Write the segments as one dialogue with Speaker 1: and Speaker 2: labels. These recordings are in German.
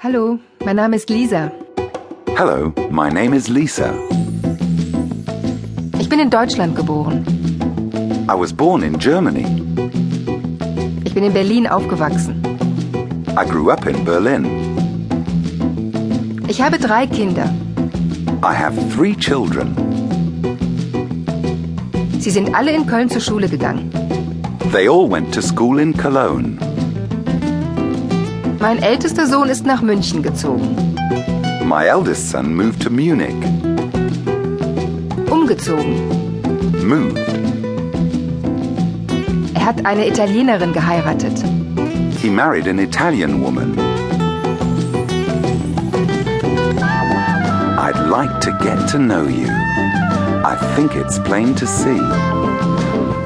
Speaker 1: Hallo, mein Name ist Lisa.
Speaker 2: Hello, my name is Lisa.
Speaker 1: Ich bin in Deutschland geboren.
Speaker 2: I was born in Germany.
Speaker 1: Ich bin in Berlin aufgewachsen.
Speaker 2: I grew up in Berlin.
Speaker 1: Ich habe drei Kinder.
Speaker 2: I have three children.
Speaker 1: Sie sind alle in Köln zur Schule gegangen.
Speaker 2: They all went to school in Cologne.
Speaker 1: Mein ältester Sohn ist nach München gezogen.
Speaker 2: My eldest son moved to Munich.
Speaker 1: Umgezogen.
Speaker 2: Moved.
Speaker 1: Er hat eine Italienerin geheiratet.
Speaker 2: He married an Italian woman. I'd like to get to know you. I think it's plain to see.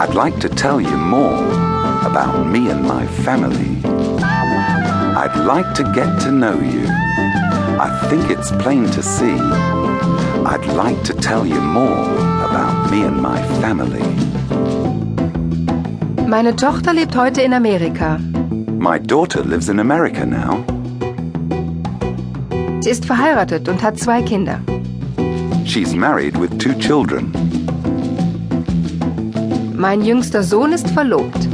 Speaker 2: I'd like to tell you more about me and my family. I'd like to get to know you. I think it's plain to see. I'd like to tell you more about me and my family.
Speaker 1: Meine Tochter lebt heute in Amerika.
Speaker 2: My daughter lives in America now.
Speaker 1: Sie ist verheiratet und hat zwei Kinder.
Speaker 2: She's married with two children.
Speaker 1: Mein jüngster Sohn ist verlobt.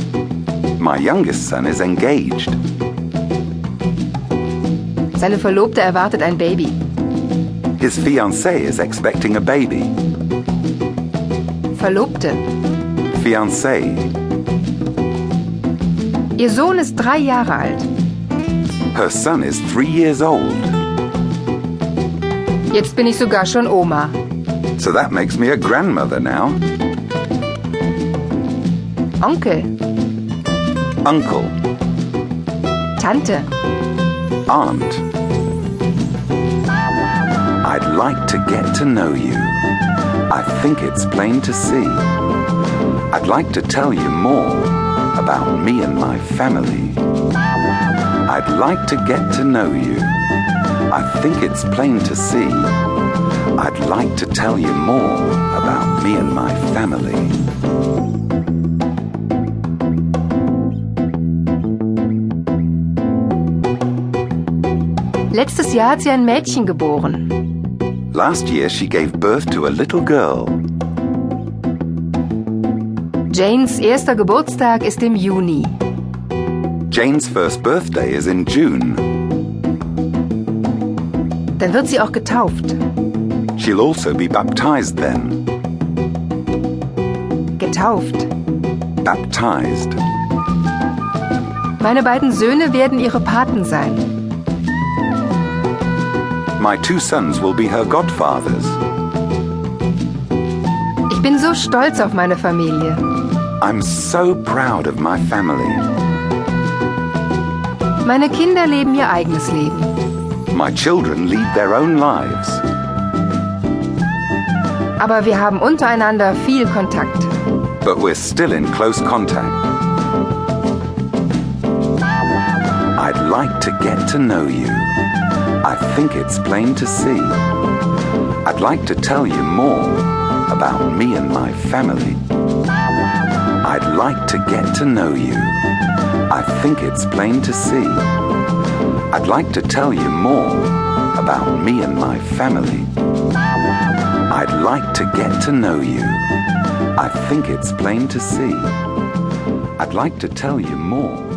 Speaker 2: My youngest son is engaged.
Speaker 1: Seine Verlobte erwartet ein Baby.
Speaker 2: His fiancée is expecting a baby.
Speaker 1: Verlobte.
Speaker 2: Fiancée.
Speaker 1: Ihr Sohn ist drei Jahre alt.
Speaker 2: Her son is three years old.
Speaker 1: Jetzt bin ich sogar schon Oma.
Speaker 2: So that makes me a grandmother now.
Speaker 1: Onkel,
Speaker 2: Uncle.
Speaker 1: Tante,
Speaker 2: Aunt. I'd like to get to know you. I think it's plain to see. I'd like to tell you more about me and my family. I'd like to get to know you. I think it's plain to see. I'd like to tell you more about me and my family.
Speaker 1: letztes Jahr hat sie ein Mädchen geboren.
Speaker 2: Last year, she gave birth to a little girl.
Speaker 1: Janes erster Geburtstag ist im Juni.
Speaker 2: Jane's first birthday is in June.
Speaker 1: Dann wird sie auch getauft.
Speaker 2: She'll also be baptized then.
Speaker 1: Getauft.
Speaker 2: Baptized.
Speaker 1: Meine beiden Söhne werden ihre Paten sein.
Speaker 2: My two sons will be her godfathers.
Speaker 1: Ich bin so stolz auf meine Familie.
Speaker 2: I'm so proud of my family.
Speaker 1: Meine Kinder leben ihr eigenes Leben.
Speaker 2: My children lead their own lives,
Speaker 1: Aber wir haben untereinander viel Kontakt.
Speaker 2: but we're still in close contact. I'd like to get to know you. I think it's plain to see. I'd like to tell you more about me and my family. I'd like to get to know you. I think it's plain to see. I'd like to tell you more about me and my family. I'd like to get to know you. I think it's plain to see. I'd like to tell you more.